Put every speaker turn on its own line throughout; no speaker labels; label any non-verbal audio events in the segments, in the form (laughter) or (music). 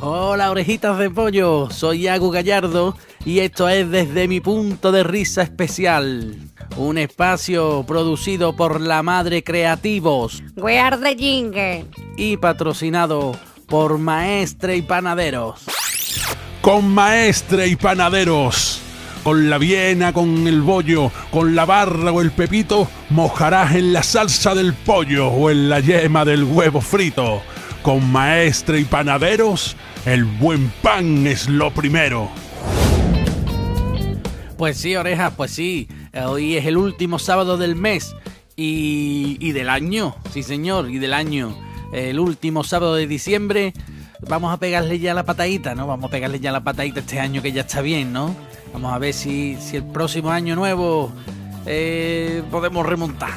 Hola orejitas de pollo, soy Iago Gallardo y esto es desde mi punto de risa especial. Un espacio producido por la madre creativos
We are the jingle.
y patrocinado por maestre y panaderos.
con maestre y panaderos. Con la viena, con el bollo, con la barra o el pepito, mojarás en la salsa del pollo o en la yema del huevo frito. Con maestre y panaderos, el buen pan es lo primero.
Pues sí, orejas, pues sí. Hoy es el último sábado del mes y, y del año, sí señor, y del año. El último sábado de diciembre vamos a pegarle ya la patadita, ¿no? Vamos a pegarle ya la patadita este año que ya está bien, ¿no? Vamos a ver si, si el próximo año nuevo eh, podemos remontar.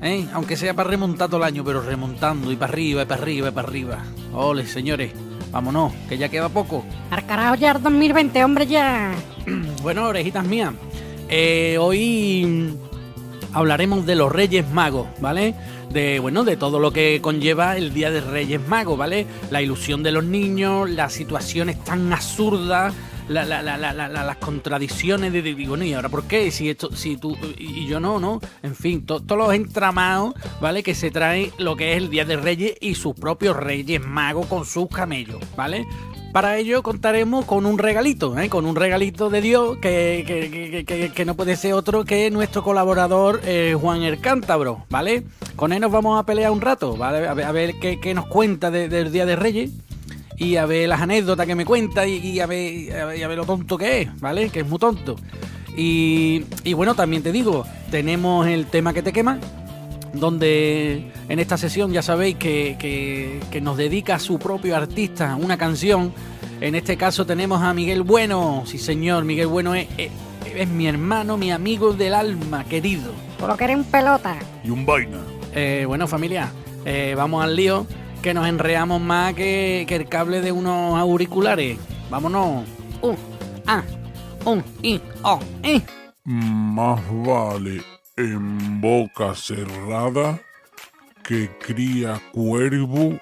¿eh? Aunque sea para remontar todo el año, pero remontando y para arriba, y para arriba, y para arriba. Ole, señores, vámonos, que ya queda poco.
Al carajo ya el 2020, hombre, ya.
Bueno, orejitas mías, eh, hoy mm, hablaremos de los Reyes Magos, ¿vale? De, bueno, de todo lo que conlleva el Día de Reyes Magos, ¿vale? La ilusión de los niños, las situaciones tan absurdas, la- la- la- la- la- la- las contradicciones de, de- de, bueno, ¿y ahora por qué? Si esto, si tú y y yo no, ¿no? En fin, to- todos los entramados, ¿vale? Que se trae lo que es el Día de Reyes y sus propios Reyes Magos con sus camellos, ¿vale? Para ello contaremos con un regalito, ¿eh? con un regalito de Dios que, que- que- que- que no puede ser otro que nuestro colaborador eh, Juan el Cántabro, ¿vale? Con él nos vamos a pelear un rato, ¿vale? A ver, a ver qué, qué nos cuenta de- del Día de Reyes y a ver las anécdotas que me cuenta y, y a, ver, a, ver, y a ver lo tonto que es, ¿vale? Que es muy tonto. Y, y bueno, también te digo, tenemos el tema que te quema, donde en esta sesión ya sabéis que, que- que nos dedica su propio artista una canción. En este caso tenemos a Miguel Bueno, sí señor, Miguel Bueno es, es- es mi hermano, mi amigo del alma, querido.
Tú lo que eres un pelota.
Y un vaina.
Eh, bueno familia, eh, vamos al lío, que nos enreamos más que, que el cable de unos auriculares. Vámonos. Un, a, un, i, o, i.
Más vale en boca cerrada que cría cuervo,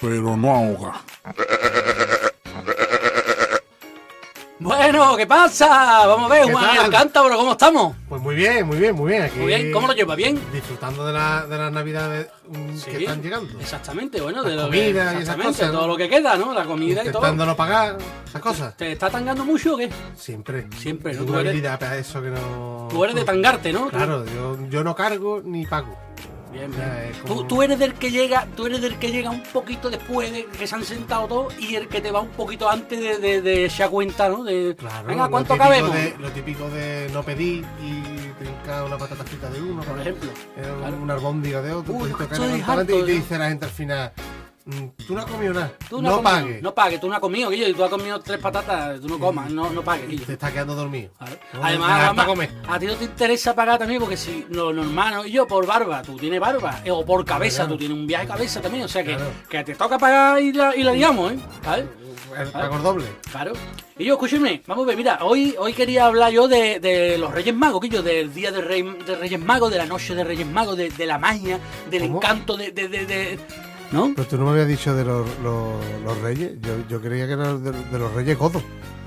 pero no ahoga.
Bueno, ¿qué pasa? Vamos a ver,
¿Qué
Juan
tal?
Alcántabro, ¿cómo estamos?
Pues muy bien, muy bien, muy bien. Aquí
Muy bien, ¿cómo lo lleva? ¿Bien?
Disfrutando de, la, de las navidades mm,
Sí,
que están llegando.
Exactamente, bueno,
Las
de lo que,
comidas y esas
exactamente,
cosas, ¿no?
todo lo que queda, ¿no? La comida y todo.
Intentando no pagar, esas cosas.
¿Te está tangando mucho o qué?
Siempre.
Siempre, ¿no?
Tengo
Tú
una
eres-
habilidad para eso que no.
Tú eres de tangarte, ¿no? Tú-
Claro, yo, yo no cargo ni pago.
Bien,
Ya,
bien.
es
Tú,
como-
tú eres del que llega, tú eres del que llega un poquito después de que se han sentado todos y el que te va un poquito antes de, de, de esa cuenta, ¿no? De,
Claro.
venga,
lo
¿cuánto
típico
cabemos?
de- lo típico de no pedir y trincar una patata frita de uno,
Por ejemplo.
eh,
Claro.
una albóndiga de otro.
Uy,
un poquito de
estoy
carne con
harto,
tomate y te
yo.
dice la gente al final. mm, Tú no has comido nada.
Tú
no
has comido-
pagues.
No pagues, tú no has comido, Guillo, y tú has comido tres patatas, tú no comas, no, no pagues,
Y
Guillo.
te está quedando dormido.
Claro.
No,
Ah, Además,
no te da
además,
para comer.
a ti no te interesa pagar también porque si lo normal, ¿no? Y yo por barba, tú tienes barba, eh, o por cabeza,
Claro.
tú tienes un viaje de cabeza también, o sea que,
Claro.
que te toca pagar y la, y la liamos, ¿eh? ¿Sabes?
El pago doble.
Claro. Y yo, escúcheme, vamos a ver, mira, hoy, hoy quería hablar yo de, de los Reyes Magos, que yo, del día de, Rey- de Reyes Magos, de la noche de Reyes Magos, de, de la magia, del
¿Cómo?
encanto, de, de, de, de- ¿No?
Pero tú no me habías dicho de los, los- los reyes. Yo, yo creía que era de, de los reyes godos.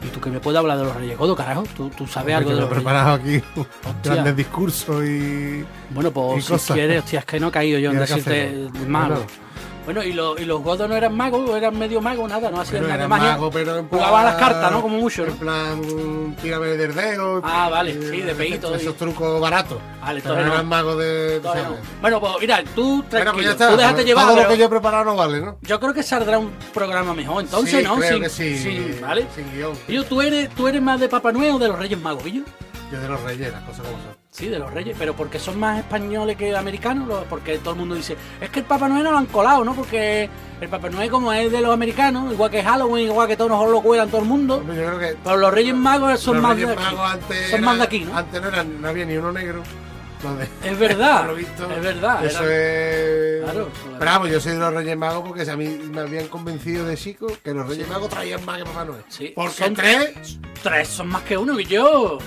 ¿Y tú que me puedes hablar de los Reyes Godo, carajo? ¿Tú, tú sabes algo
Porque
de
me
los
he
Reyes
preparado aquí grandes discursos y.
Bueno,
y
pues si
cosas.
quieres, hostia, es que no he caído yo en
Mira qué
decirte
hacemos.
el mago.
Claro.
Bueno, y, los- y los godos no eran magos, eran medio magos, nada, no hacían
Pero
nada ¿eh?
era
de magia.
mago, pero en plan-
Jugaban a las cartas, ¿no? Como mucho, ¿no?
En plan, tírame de dedo.
Ah, vale,
eh,
sí, de peito,
Esos
y-
trucos baratos.
Vale,
Pero
entonces no.
eran magos de. tú
Todavía no.
sabes.
Bueno, pues mira, tú
Bueno,
tranquilo,
pues ya está.
tú déjate
Todo
llevar.
lo
pero-
que yo he preparado no vale, ¿no?
Yo creo que saldrá un programa mejor, entonces,
Sí,
¿no?
creo
Sin-
que sí.
sin- ¿vale?
Sin guión.
Guillo, ¿tú eres, tú eres más de Papá Noel o de los Reyes Magos, Guillo?
Yo de los reyes, las cosas como son.
Sí, de los Reyes, pero porque son más españoles que americanos, Lo- porque todo el mundo dice, es que el Papá Noel no lo han colado, ¿no? Porque el Papá Noel como es de los americanos, igual que Halloween, igual que todos nos lo cuelan todo el mundo,
Hombre, Yo creo que
pero los Reyes Magos son
Los
más
Reyes
de aquí.
Magos antes
son más de
era-
aquí, ¿no?
Antes no, eran, no había ni uno negro. Lo de-
Es verdad,
por lo visto,
Ah, es verdad,
Eso
era-
es.
Claro,
Bravo, yo soy de los Reyes Magos porque a mí me habían convencido de chico que los Reyes Magos traían más que Papá Noel.
Sí,
Porque
son-
tres.
Tres son más que uno que yo.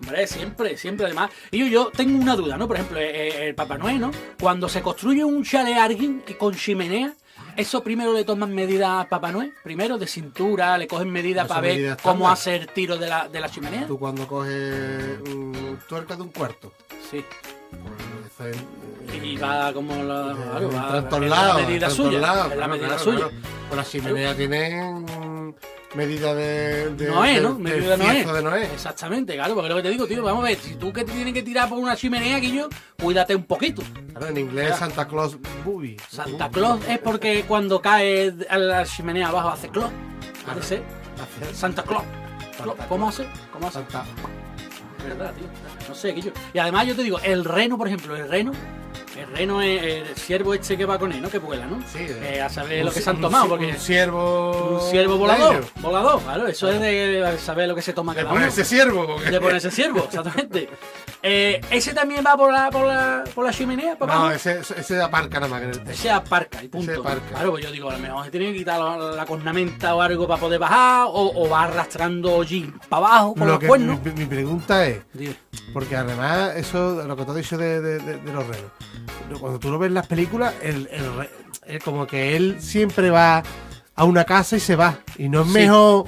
Hombre, siempre, siempre además. Y yo, yo tengo una duda, ¿no? Por ejemplo, eh, eh, el Papá Noel, ¿no? Cuando se construye un chalet a alguien que con chimenea, Eso primero le toman medidas a Papá Noel, primero de cintura, le cogen medidas
Eso
para ver
medidas
cómo
estándar.
hacer tiro de la, de la chimenea.
Tú cuando coges un tuerca de un cuarto.
Sí.
pues, eso es, eh,
Y va como la, claro, va-
en todos
es
lados,
la medida
en
suya.
todos lados,
es la
claro,
medida
claro,
suya.
claro. Pues las chimeneas tienen mm, medida de, de
Noé,
de-
¿no?
del
Medida Noé.
fiesto de Noé.
Exactamente, claro, porque es lo que te digo, tío, vamos a ver, si tú que te tienes que tirar por una chimenea, Guillo, cuídate un poquito.
Claro, en inglés es Santa Claus Booby.
Santa Claus es porque cuando cae a la chimenea abajo hace clos. Parece Santa Claus. Claus. ¿Cómo hace? ¿Cómo hace?
Santa.
¿Verdad, tío? No sé, Guillo. Y además yo te digo, el reno, por ejemplo, el reno. El reno es el ciervo este que va con él, ¿no? Que vuela, ¿no?
Sí,
Eh,
eh,
a saber
un
lo que
ci-
se han
un
tomado,
ci-
porque
Un ciervo.
un ciervo
de
volador.
ellos.
Volador, claro. Eso es de saber lo que se toma
Le
cada uno.
pones ese ciervo. porque-
Le
(laughs)
pones el ciervo, exactamente. Eh, ese también va por la, por la, por la chimenea, papá.
No,
¿no?
ese, ese aparca nada más que en el techo.
Ese aparca y punto.
Ese aparca.
Claro, pues yo digo, a lo mejor se tiene que quitar la, la cornamenta o algo para poder bajar, o, o va arrastrando jean para abajo con
Lo
los
que-
cuernos.
mi, mi pregunta es,
Dime.
porque además, eso, lo que te he dicho de, de- de- de los renos, cuando tú lo ves en las películas, el, el re- el- como que él siempre va a una casa y se va. Y no es
Sí.
mejor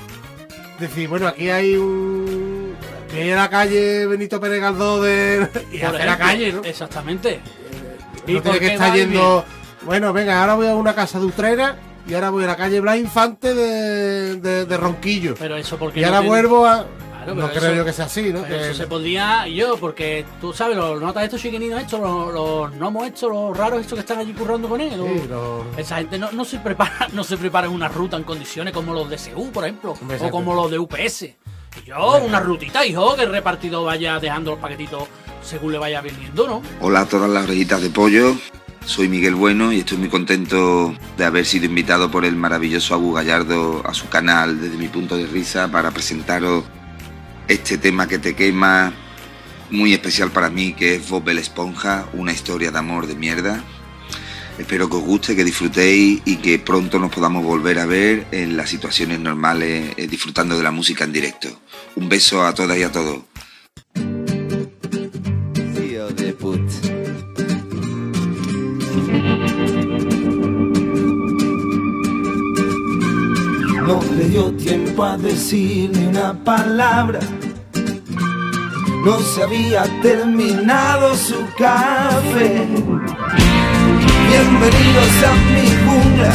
decir, bueno, aquí hay un. Aquí hay la calle Benito Pérez Galdó de. (laughs) Y
Por
hacer la
ejemplo,
calle, ¿no?
Exactamente.
No
por
tiene
qué
que estar
va y viene?
yendo. Bueno, venga, ahora voy a una casa de Utrera y ahora voy a la calle Blas Infante de, de- de Ronquillo.
Pero eso porque.
y
no
ahora
tiene-
vuelvo a.
Claro,
no
pero
creo
eso-
yo que sea así, ¿no?
Pero
Que-
eso se podría yo, porque tú sabes, los notas estos chiquininos estos, los, los gnomos estos, los raros estos que están allí currando con él.
Sí,
los-
lo-
Esa gente no, no se prepara, (laughs) no se prepara una ruta en condiciones como los de CU, por ejemplo, o
Hombre, exacto.
como los de UPS. Y yo, una rutita, hijo, que el repartido vaya dejando los paquetitos según le vaya viniendo, ¿no?
Hola a todas las orejitas de pollo. Soy Miguel Bueno y estoy muy contento de haber sido invitado por el maravilloso Abu Gallardo a su canal desde mi punto de risa para presentaros este tema que te quema, muy especial para mí, que es Bob el Esponja, una historia de amor de mierda. Espero que os guste, que disfrutéis y que pronto nos podamos volver a ver en las situaciones normales eh, disfrutando de la música en directo. Un beso a todas y a todos. de
No le dio tiempo a decir ni una palabra. No se había terminado su café. Bienvenidos a mi jungla.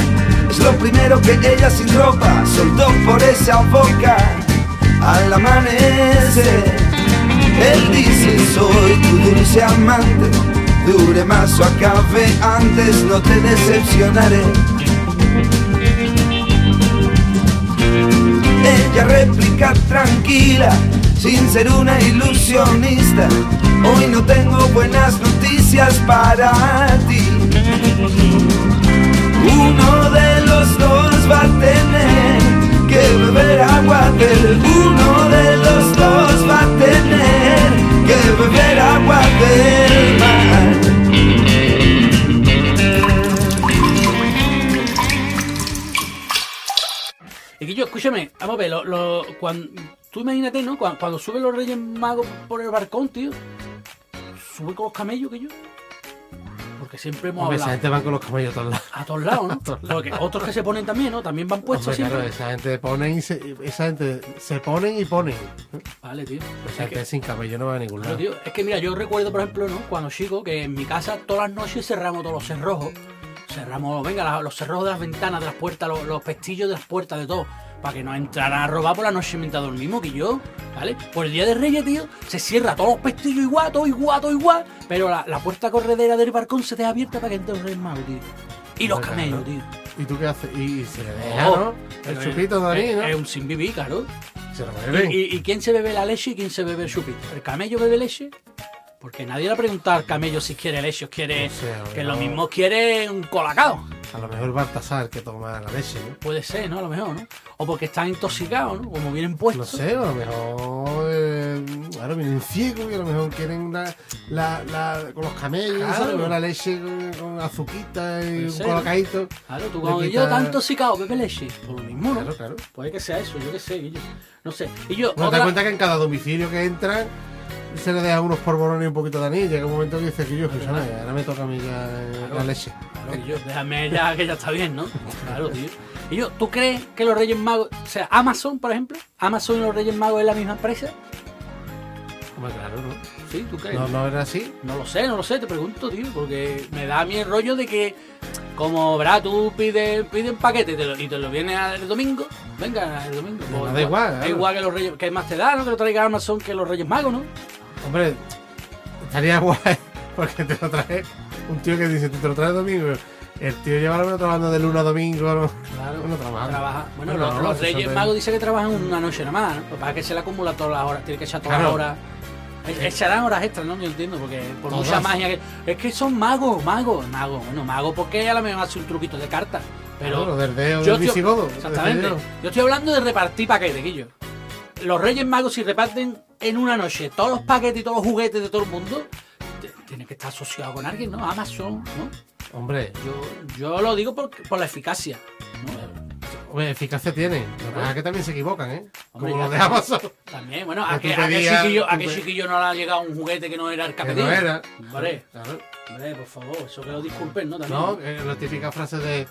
Es lo primero que ella sin ropa soltó por esa boca al amanecer. Él dice soy tu dulce amante. Dure más su acabe antes, no te decepcionaré. Ella replica tranquila, sin ser una ilusionista. Hoy no tengo buenas noticias para ti. Uno de los dos va a tener que beber agua del. Uno de los dos va a tener que beber agua del mar.
Y que yo, escúchame, vamos a ver, lo, lo- cuan- tú imagínate, ¿no? Cuan- Cuando, suben los Reyes Magos por el barcón, tío, sube con los camellos, que yo. Porque siempre hemos
Hombre, esa
hablado.
gente van con los camellos a todos
(laughs)
lados.
A todos
(laughs)
lados, ¿no?
todos
Porque otros que se ponen también, ¿no? También van puestos
Hombre,
siempre.
claro, esa gente ponen y se, esa gente se ponen y ponen.
Vale, tío. Es
Esa
que-
gente sin cabello no va a ningún
Pero,
lado.
tío, es que mira, yo recuerdo, por ejemplo, ¿no? cuando chico, que en mi casa todas las noches cerramos todos los cerrojos. Cerramos, venga, la- los cerrojos de las ventanas, de las puertas, los, los pestillos de las puertas, de todo. Para que no entraran a robar por la noche mientras dormimos, que yo, ¿vale? Por el día de Reyes, tío, se cierra todos los pestillos igual, todo igual, todo igual. Pero la, la puerta corredera del barcón se deja abierta para que entre un rey mago, tío. Y los
Claro.
camellos, tío.
¿Y tú qué haces? Y, y se le deja,
Oh,
¿no? El
pero
chupito de ahí,
es-
¿no?
Es un sin vivir, claro.
Se lo
¿Y,
beben.
y- y quién se bebe la leche y quién se bebe el chupito? ¿El camello bebe leche? Porque nadie le ha preguntado al camello si quiere leche o quiere.
No sé, a lo
eh, que lo
mejor-
mismo quiere un colacao.
A lo mejor Baltasar que toma la leche, ¿no?
Puede ser, ¿no? A lo mejor, ¿no? O porque están intoxicados, ¿no? Como vienen puestos.
No sé, a lo mejor. eh, ahora vienen ciegos y a lo mejor quieren la, la, la- con los camellos,
Claro.
¿sabes? Con la leche con, con azuquita y
¿En
un
serio?
colocadito.
Claro, tú
Le
cuando
quita-
yo tan intoxicado, bebe leche. Por lo mismo, ¿no?
Claro, claro.
Puede que sea eso, yo qué sé, Guillo. No sé. Y yo,
Bueno, te das
otra-
cuenta que en cada domicilio que entran se le deja unos polvorones y un poquito de anís. Llega un momento que dice que yo, escúchame, ahora me toca a mí ya eh, la leche.
Claro, y yo, déjame ya que ya está bien, ¿no? Claro, tío. Y yo, ¿tú crees que los Reyes Magos, o sea, Amazon, por ejemplo, Amazon y los Reyes Magos es la misma empresa?
Hombre, claro, ¿no?
Sí, ¿tú crees?
No, no era así.
No lo sé, no lo sé, te pregunto, tío, porque me da a mí el rollo de que, como, ¿verdad? Tú pides, pides un paquete y te, lo, y te lo viene el domingo, venga, el domingo.
No,
O
da igual,
Da
claro.
igual que los Reyes, que más te da, ¿no? Que lo traiga Amazon que los Reyes Magos, ¿no?
Hombre, estaría (laughs) guay porque te lo trae un tío que dice, te lo trae domingo. El tío lleva trabajando de lunes a domingo. ¿no?
Claro,
Bueno, trabaja.
Bueno,
Bueno,
los,
no,
los
eso
Reyes
te-
Magos dicen que trabajan una noche nada más, ¿no? Lo que pasa es que se le acumula todas las horas, tiene que echar todas
Claro.
las horas. E- Echarán horas extras, ¿no? Yo entiendo, porque por
Todas.
mucha magia que. Es que son magos, magos, magos. Bueno, magos, porque ella la me hace un truquito de cartas. Pero.
Claro, del dedo
yo
del
estoy-
visigodo.
Exactamente.
del dedo.
Yo estoy hablando de repartir paquetes, Guillo. Los Reyes Magos, si reparten en una noche todos los paquetes y todos los juguetes de todo el mundo, t- tiene que estar asociado con alguien, ¿no? Amazon, ¿no?
Hombre,
Yo, yo lo digo por, por la eficacia. ¿no?
hombre, eficacia tiene. Lo que pasa es que también se equivocan, ¿eh?
Hombre, ya
Como los de
te-
Amazon.
También, bueno,
Ya
a
tú
que, a que
pedías,
chiquillo, a
tú
que
pe-
chiquillo no le ha llegado un juguete que no era el
Que
capetillo.
no era.
Vale.
Claro.
Hombre, por favor, eso que lo disculpen, ¿no? También.
No, eh, la típica frase de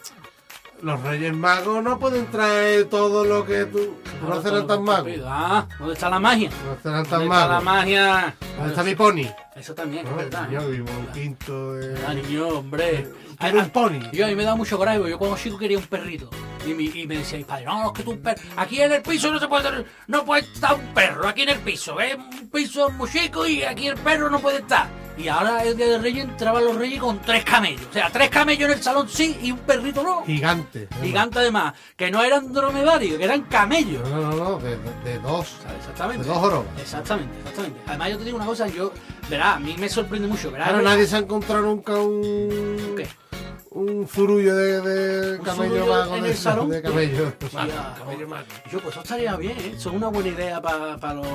los Reyes Magos no pueden traer todo lo que tú.
Claro,
No
todo
serán
lo
tan
que
magos.
pido. Ah, ¿dónde está la magia?
No serán
¿Dónde
tan
está la
magos.
magia?
¿Dónde está mi pony?
Eso también, es
No,
verdad.
Yo
¿eh?
vivo un quinto
Ah,
de.
niño, hombre.
Quiero
Ah,
un pony.
Yo a mí me da mucho coraje, porque yo cuando chico quería un perrito. Y, mi- y me decía mis padres, no, es que tú un perro. Aquí en el piso no se puede tener- no puede estar un perro, aquí en el piso, ¿eh? Un piso muy chico y aquí el perro no puede estar. Y ahora el día de Reyes entraban los Reyes con tres camellos. O sea, tres camellos en el salón sí y un perrito no.
Gigante.
Gigante además, que no eran dromedarios, que eran camellos.
No, no, no, de, de- de dos.
O sea, Exactamente.
De dos jorobas.
Exactamente, exactamente. Además, yo te digo una cosa, yo, verá, a mí me sorprende mucho, verá.
Claro, nadie se ha encontrado nunca un.
¿Qué?
Un furullo de, de
Un
camello
zurullo
mago
en
de,
el salón.
de camello.
(laughs) Hostia, Yo, pues eso estaría bien, ¿eh? Eso es una buena idea para los.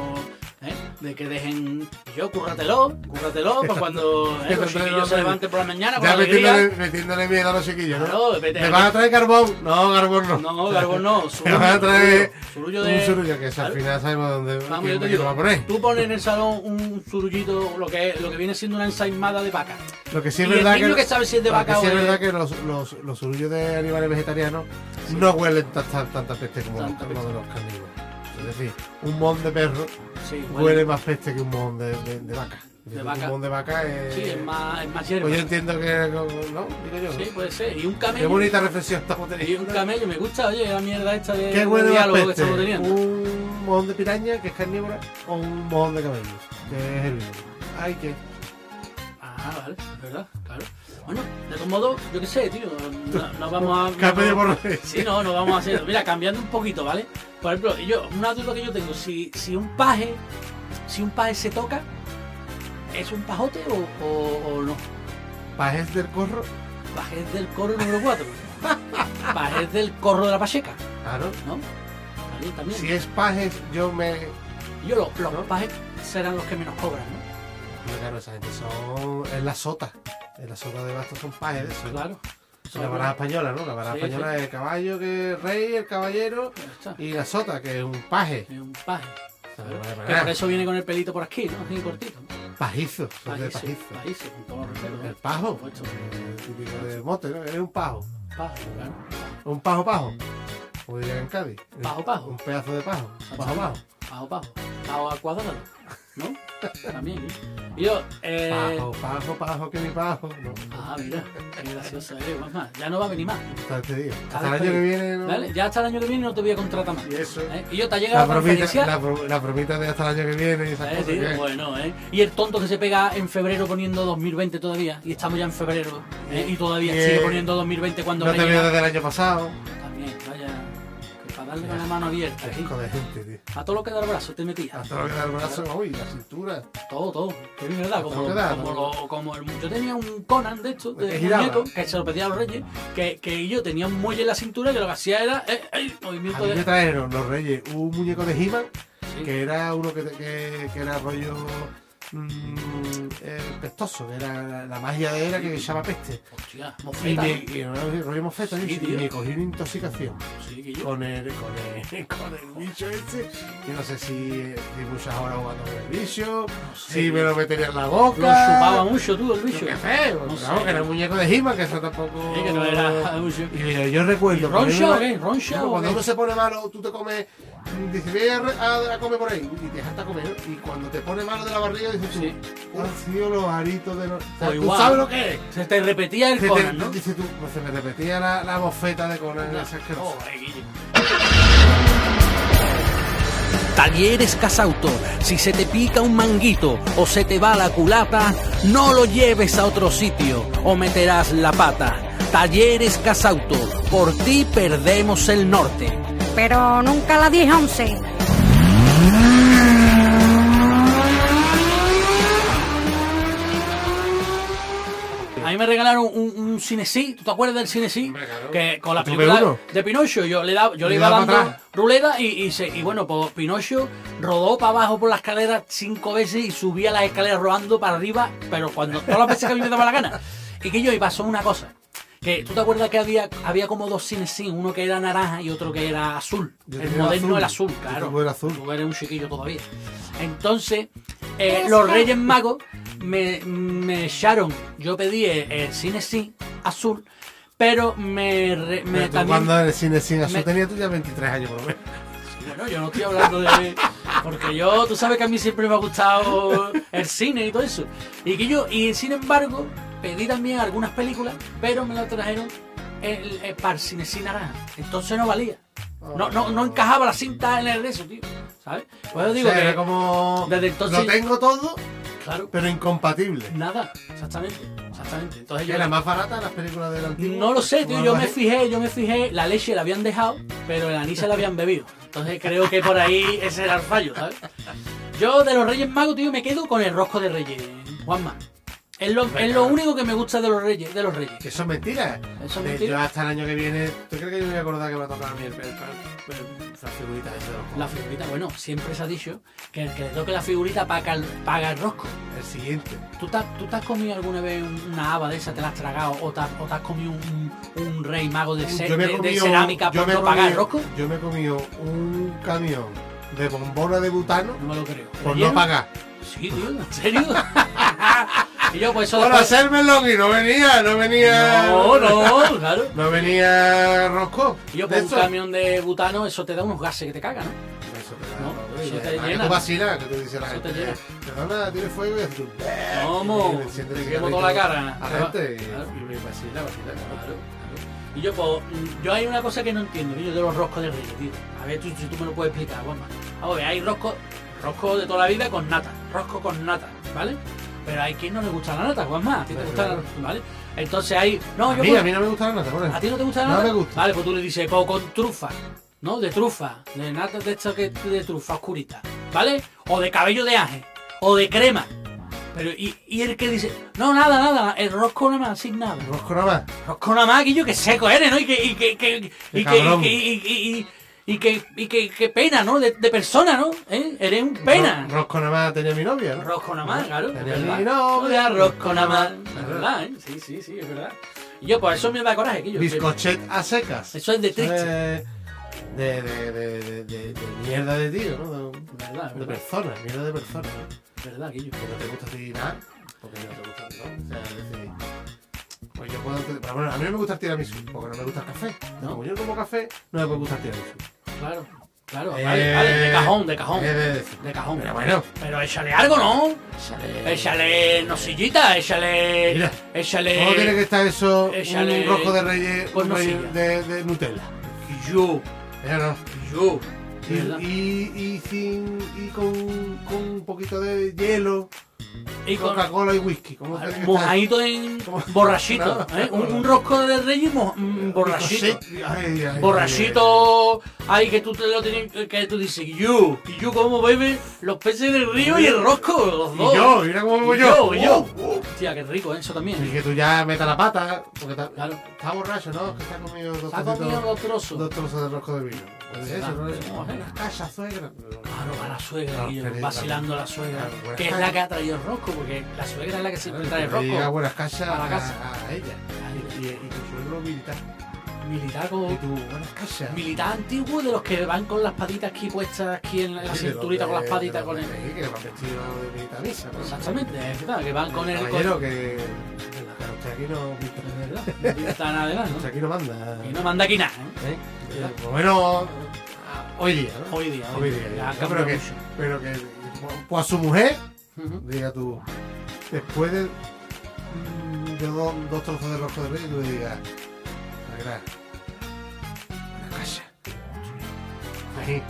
¿eh? De que dejen. Yo, cúrratelo, cúrratelo, para
(laughs)
cuando ¿eh? los chiquillos se levanten por la mañana, con
Ya metiéndole,
alegría.
metiéndole miedo a los chiquillos, ¿no?
Claro, vete-
¿Me van a traer carbón? No, carbón no.
No, Garbo,
(laughs)
no.
Me van a traer
surullo
un surullo, que eso al
Claro.
final sabemos dónde
Vamos,
quién
Ah, yo te
lo va a
digo,
poner.
tú pones en el salón un surullito, lo que, lo que viene siendo una ensaimada de vaca.
Lo que sí es
y el
verdad
niño que sabe si es de
lo que
vaca
sí
o
es
de-
verdad que los, los, los surullos de animales vegetarianos no huelen tan- tan- tanta peste como los,
Tanta
como
peste.
de los carnívoros. Es decir, un mon de perro
Sí, bueno,
huele más peste que un mon de, de- de vaca.
De
Un
vaca.
mon de vaca es...
sí, es más, es más hierba.
Pues yo entiendo que... ¿No? Digo yo.
Sí, puede ser. Y un
Qué
camello.
bonita reflexión estamos
Y
teniendo.
un camello, me gusta, oye, la mierda esta de,
¿Qué
de
huele más
Eh, diálogo que
peste?
estamos teniendo.
¿Un mojón de piraña, que es carnívora, o un mojón de camellos, que es herbívoro? Ay, que...
Ah, vale, es verdad, claro. Bueno, de todos modos, yo qué sé, tío, no, no vamos a...
Cambio de
no-
por revés.
Sí, no, no vamos a hacer... Mira, cambiando un poquito, ¿vale? Por ejemplo, yo, una duda que yo tengo, si, si un paje, si un paje se toca, ¿es un pajote o, o, o no?
Pajes del corro,
Paje del coro número 4. Paje del corro de la pacheca,
claro.
¿no? También, también.
Ah, Si es pajes, yo me...
Yo, los, los
¿No?
pajes serán los que menos cobran, ¿no?
No, claro, esa gente son... Es la sota. En la sota de bastos son pajes, eso.
Claro.
Es La baraja española, ¿no? La baraja
Sí,
española es el caballo, que es rey, el caballero...
Ya está.
Y la sota, que es un paje.
Es un paje.
Claro,
¿sabes?
vale,
Que
vale.
por eso viene con el pelito por aquí, ¿no? Así cortito.
Pajizo, son Pues de
Pajizo,
pajizo.
pajizo, con todo respeto, ¿no?
El pajo,
Por supuesto.
el típico de mote, ¿no? Es un pajo.
Pajo, claro.
Un pajo pajo. Como dirían en Cádiz.
Mm. Pajo, pajo.
Un pedazo de pajo. Un pajo pajo.
Pajo, pajo. Pajo al cuadrado, ¿no? (laughs) También, ¿eh? Y yo, eh...
Pajo, pajo, pajo, que mi pajo. No,
Ah, mira, qué gracioso eres, mamá. Ya no va a venir más.
hasta este día.
Está
Hasta el año
despedido.
que viene. ¿no?
Vale, ya hasta el año que viene no te voy a contratar más.
Y eso.
¿Eh? Y yo, ¿te ha
La
llegado la
bromita,
transferencia?
la, bro- la bromita de hasta el año que viene. Y esas
Eh,
cosas,
sí,
¿qué?
bueno, ¿eh? Y el tonto que se pega en febrero poniendo 2020 todavía, y estamos ya en febrero, ¿eh? y todavía
Bien.
sigue poniendo 2020 cuando
no te
rellena.
veo desde el año pasado.
También, vaya. que Para darle con la mano abierta. aquí.
Hijo de gente, tío.
A todo lo que da el brazo te metía.
Hasta lo que da el brazo. Uy, la cintura.
Todo, todo. Que es verdad.
todo
Como,
lo que da,
como,
¿no?
lo- como el- yo tenía un Conan de estos,
Que
de
giraba.
muñeco, que se lo pedía a los reyes, que, que yo tenía un muelle en la cintura y lo que hacía era eh, eh,
A
movimiento
mí me
de.
trajeron los reyes un muñeco de he
Sí.
que era uno que, que, que era rollo mm, eh, pestoso, que era la, la magia de era que echaba peste.
Hostia,
Y
mofeta.
me, y, rollo- rollo mofeta,
Sí,
y
tío.
me cogí una intoxicación
Sí, Guillo.
con el, con el, (laughs) con el bicho ese. Yo no sé si eh, di muchas horas jugando con el bicho,
sé,
si me
tío.
lo metería en la
Lo chupaba
boca.
mucho tú, el bicho.
Qué feo,
No
no
sé.
que era un muñeco de He-Man, que eso tampoco.
Sí, que no era mucho.
Y mira, yo recuerdo.
¿Y ¿eh?
cuando
Roncha
uno-
o qué? ¿Roncha
Claro,
o
Cuando
qué?
uno se pone malo, tú te comes. mm, Dices, voy a, re- a- a comer por ahí. Y te dejas hasta comer. Y cuando te pone malo de la barriga, dices tú.
Sí.
Han sido los aritos de los. O sea,
O
¿Tú
igual.
sabes lo que es?
Se te repetía el
Se te-
Conan, ¿no?
Dices tú, pues se me repetía la, la bofeta de Conan. esa asquerosa.
Joder, Guillo.
Talleres Casauto, si se te pica un manguito o se te va la culata, no lo lleves a otro sitio o meterás la pata. Talleres Casauto, por ti perdemos el norte.
Pero nunca la 10-11.
A mí me regalaron un, un Cinesí, ¿tú te acuerdas del Cinesí? Que con la
Tuve
película
Pues uno.
de Pinocho yo le, daba, yo le
Le
iba
daba
dando
atrás.
ruleta y, y, se- y bueno, pues Pinocho rodó para abajo por la escalera cinco veces y subía las escaleras rodando para arriba, pero cuando todas las veces que a mí me daba la gana. Y que yo, y pasó una cosa, que tú te acuerdas que había, había como dos Cinesí, uno que era naranja y otro que era azul.
Yo
el
tenía
moderno
azul.
era azul,
Yo
claro.
tengo el azul.
Tú eres un chiquillo todavía. Entonces, eh, los Reyes Magos me, me echaron. Yo pedí el, el cine sí azul, pero me, re- me
Mira, tú
también.
Cuando en el cine sin azul
me-
tenía tú ya 23 años, por lo menos.
Bueno, yo no estoy hablando de. Porque yo, tú sabes que a mí siempre me ha gustado el cine y todo eso. Y que yo, y sin embargo, pedí también algunas películas, pero me las trajeron el, eh, el par cine sin naranja. Entonces no valía. No, no, no encajaba la cinta en el de eso, tío. ¿Sabes? Pues yo digo
O sea,
que.
era como.
desde entonces-
Lo tengo todo,
Claro.
pero incompatible.
Nada, exactamente, exactamente. Entonces yo
¿Era más barata las películas del antiguo?
no lo sé, tío,
Más
yo me
baja-
fijé, yo me fijé, la leche la habían dejado, pero el anís se la habían bebido. Entonces creo que por ahí ese era el fallo, ¿sabes? Yo de los Reyes Magos, tío, me quedo con el rosco de Reyes, Juanma. Es lo, es lo único que me gusta de los Reyes, de los
Que
Reyes.
eso es mentira.
Eso es
Eh,
mentira.
Yo hasta el año que viene. ¿Tú crees que yo me voy a acordar que me va a tocar a mí el, el, el- el- la figurita esa de los
La figurita, bueno, siempre se ha dicho que el que le toque la figurita paga el, paga el rosco.
juegos? El siguiente.
¿Tú te, has- ¿Tú te has comido alguna vez un- una haba de esa, te la has tragado, o te, has- o te has comido un, un rey mago de, ce-
Yo me he
de- de
comido-
cerámica
yo
por
me he
no pagar el
comido-
rosco?
Yo me he comido un camión de bombona de butano
No me lo creo.
por
¿Relleno?
no pagar.
Sí, tío, ¿en serio?
(laughs)
y yo, pues eso
Por
después-
hacérmelo y no venía, no venía.
No, no, claro.
No venía Rosco.
Y yo
De
con un
eso.
camión de butano, eso te da unos gases que te cagan, ¿no?
Eso te,
No,
da,
eso
oye,
te
ah, que
llena.
tú vacilas, que tú dices a la
Eso te
gente.
llena.
Perdona, tiene fuego y haces tú.
No,
y
mo,
le enciende
te
el
quemo toda la cara.
A la gente y,
Claro.
y me vacila, vacila.
Claro, claro. Y yo, pues, mm, yo hay una cosa que no entiendo, niño, de los roscos de reyes, tío. A ver, tú, si tú me lo puedes explicar, Juanma. Vamos a ver, hay roscos, roscos de toda la vida con nata, rosco con nata, ¿vale? Pero hay quien no le gusta la nata, Juanma. A ti te
Claro.
gusta la ¿vale? Entonces hay... No,
A
yo
mí,
puedo-
a mí no me gusta la nata, bueno.
¿A ti no te gusta la
No
nata?
me gusta.
Vale, pues tú le dices coco con trufa, ¿no? De trufa, de nata de esto que de trufa oscurita, ¿vale? O de cabello de ángel, o de crema. Pero, y, y el que dice, no, nada, nada, el rosco nada más, sin nada.
Rosco nada más.
Rosco nada más, Guillo, que seco eres, ¿no? Y que, y que, que- y
Qué
que, y
cabrón.
que, y, y- y- y que, y que, que pena, ¿no? De, de persona, ¿no? ¿Eh? Eres un pena.
Ro- Rosco nada más tenía mi novia, ¿no?
Rosco nada más, claro.
Tenía
¿verdad?
mi novia,
Rosco nada más.
Rosco
Es
nada más.
verdad, ¿eh? Sí, sí, sí, es verdad. Y yo, por eso me da coraje, Guillo. que-
Bizcochet a secas.
Eso es de triste.
de, de, de, de, de, de- de mierda de tío, ¿no? De,
Verdad,
de
verdad.
personas, mierda de personas. ¿no?
¿Verdad, Guillo?
Que no te gusta a ti nada, porque no te gusta a ti, ¿no? O sea, es decir, pues yo puedo. entender- Pero bueno, a mí no me gusta el tiramisú, porque no me gusta el café.
No.
Como yo no como café, no me puede gustar el tiramisú.
Claro, claro,
Eh,
vale, vale, de cajón, de cajón.
eh, de- de-
De cajón.
Pero bueno,
Pero échale algo, ¿no? Échale nocillita, échale.
Mira,
échale.
¿cómo tiene que estar eso?
échale-
Un rojo de reyes,
con
Eh, un rey
nocilla.
de, de Nutella.
Yo,
Ya no.
yo.
Y,
¿verdad? Y,
y, y sin, y con, con un poquito de hielo,
con.
Coca-Cola y whisky. ¿Cómo
vale,
tiene que estar?
Mojadito en.
¿Cómo?
Borrachito.
No,
¿eh? Un,
no.
un rosco de reyes mo- mm, borrachito.
Ricochet. Ay, ay,
Borrachito, ay, que tú te lo tienes, que tú dices, y yo, y yo como bebe los peces del río y el rosco, los
ay.
dos.
Y yo, mira cómo voy
Y
yo.
yo, y yo. Hostia, qué rico ¿eh? eso también.
Y que tú ya metas la pata, porque está,
Claro.
está borracho, ¿no? Que está comido dos,
Ha comido
trocitos,
los trozos.
dos trozos de rosco de vino. Pues
Ah,
eso, ¿no?
sí, mujer.
Una calla, suegra.
Claro, a la suegra,
Claro,
Guillo,
pero-
vacilando a la suegra,
Claro,
que es la que ha traído yo rosco, porque la suegra es la que siempre trae
Que le llega
rosco.
buenas cachas
a la casa.
a- a ella. Y, y- y tu suegro militar.
Militar
Y
con,
tu buenas cachas.
militar antiguo de los que van con las paditas aquí puestas aquí en la, en la
Sí, de los
cinturita
de-
con las paditas
de
con
los
el.
de ahí, Que van vestidos de militarista. ¿no?
Exactamente, es verdad, que van con el.
Caballero que. Pero usted aquí no.
con- Militar además,
Usted
¿no?
aquí no manda.
Y no manda aquí nada, ¿eh?
¿eh? Eh, Por lo menos. ah, Hoy día, ¿no?
Hoy día,
Hoy día.
ya ha
¿no?
cambiado
Pero que.
mucho.
Pero que. Pues a su mujer,
Ujú.
diga tú. Después de. mm, De dos, dos trozos de rosco de rey, tú le digas. Sagrada. Una calla. Ahí,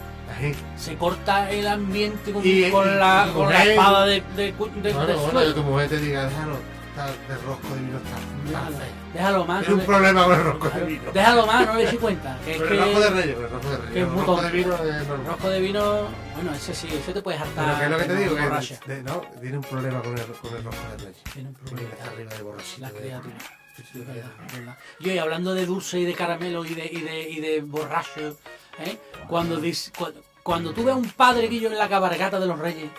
ahí.
Se corta el ambiente con,
Y-
con
y-
la,
y
con la
mujer-
espada de, de, cu- de- de
Bueno, bueno,
suelo.
que tu mujer te diga, déjalo, está de rosco de vino está. está
Déjalo,
feo".
déjalo más.
Es
no
un
le-
problema con el rosco de vino.
Déjalo más, no le di cuenta. que es
Pero
que
el rosco de reyes, el rosco de
que es
reyes. El
muy
rosco de
tonto.
vino es normal.
Rosco de vino, bueno, ese sí, ese te puedes hartar.
Pero que es lo que te
de
digo,
borracha.
que de- no, tiene un problema con el, con el rosco de reyes.
Tiene un
Porque
problema.
está arriba de borrachito.
La
de-
criatura. Sí, es verdad, es verdad. Y hoy hablando de dulce y de caramelo y de, y de, y de borracho, ¿eh? cuando, dis- cu- cuando, tú ves a un padre Guillo en la cabargata de los reyes